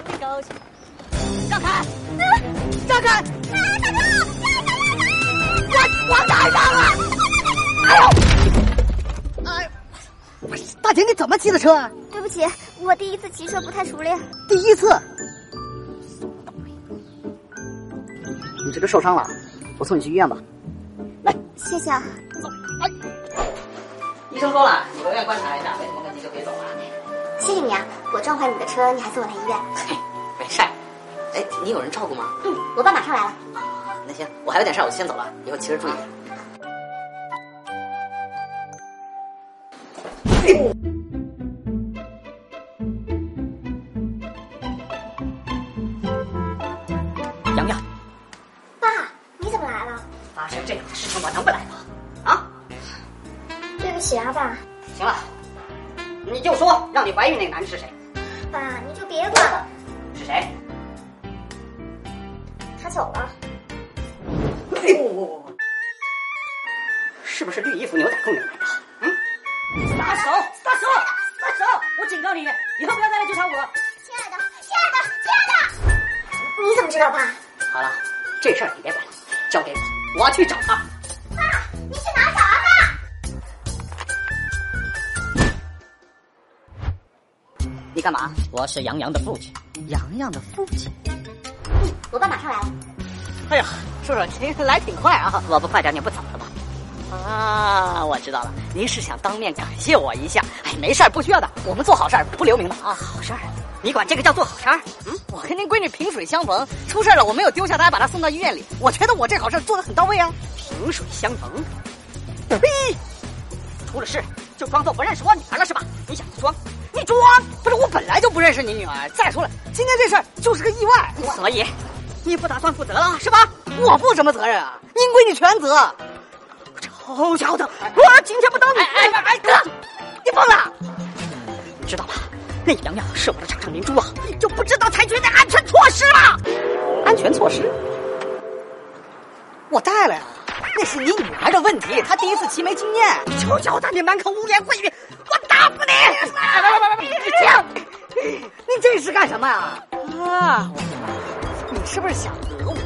手机。赵凯，赵凯，大哥，我我打上了！哎呦，哎呦，不是大姐，你怎么骑的车啊？对不起，我第一次骑车不太熟练。第一次，你这个受伤了，我送你去医院吧。来，谢谢啊。哎医生说了，你留院观察一下，没什么问题就可以走了。谢谢你啊，我撞坏你的车，你还送我来医院。嘿，没事儿。哎，你有人照顾吗？嗯，我爸马上来了。那行，我还有点事儿，我先走了，以后骑车注意点。洋洋，爸，你怎么来了？发生这样的事情，我能不来吗？啊，对不起啊，爸。行了，你就说让你怀孕那个男的是谁？爸，你就别管了，是谁？他走了。哎呦，我我我，是不是绿衣服牛仔裤那个男的？嗯，撒手，撒手，撒手！我警告你，以后不要再来纠缠我。亲爱的，亲爱的，亲爱的，你怎么知道，爸？好了，这事儿你别管了，交给我，我去找他。爸，你去哪儿找啊，爸？你干嘛？我是杨洋的父亲。洋洋的父亲，我爸马上来了。哎呀，叔叔您来挺快啊！我不快点，你不早了吧？啊，我知道了，您是想当面感谢我一下。哎，没事儿，不需要的，我们做好事儿不留名的啊。好事儿，你管这个叫做好事儿？嗯，我跟您闺女萍水相逢，出事儿了我没有丢下她，还把她送到医院里，我觉得我这好事儿做的很到位啊。萍水相逢，呸！出了事就装作不认识我女儿了是吧？你想装？你装？不是，我本来就不认识你女儿。再说了，今天这事儿就是个意外，所以 你不打算负责了是吧？我负什么责任啊？您归你全责。臭小子，我今天不等你！哎哎哎，哥，你疯了！你知道吧？那洋洋是我的掌上明珠啊，你就不知道采取点安全措施吗？安全措施？我带了呀，那是你女儿的问题，她第一次骑没经验。臭小子，你满口污言秽语，我打死你！哎，别别别别！你停！你这是干什么呀？啊，我明白了，你是不是想讹我？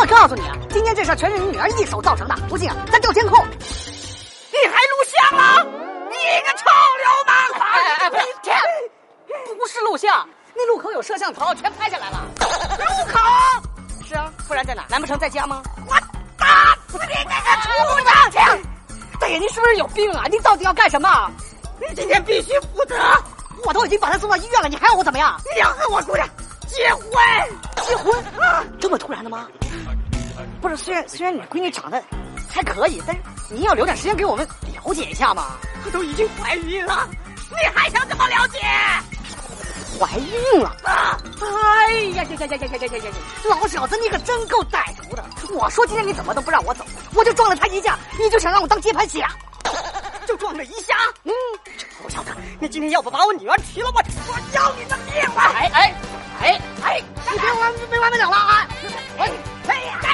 我告诉你啊，今天这事儿全是你女儿一手造成的，不信啊，咱调监控。你还录像了？你个臭流氓！哎哎，不是，停！不是录像，那路口有摄像头，全拍下来了。 路口？是啊，不然在哪？难不成在家吗？我打死你这个畜生！停！大爷，您是不是有病啊？您到底要干什么？你今天必须负责！我都已经把她送到医院了，你还要我怎么样？你要和我姑娘结婚？结婚？啊，这么突然的吗？不是，虽然虽然你闺女长得还可以，但是您要留点时间给我们了解一下嘛。她都已经怀孕了，你还想怎么了解？怀孕了啊！哎呀呀呀呀呀呀呀呀呀！老小子，你可真够歹毒的！我说今天你怎么都不让我走，我就撞了他一下，你就想让我当接盘侠？就撞了一下？嗯，臭小子，你今天要不把我女儿娶了，我我要你的命了！哎哎哎哎！你别完没完没了了啊！哎哎！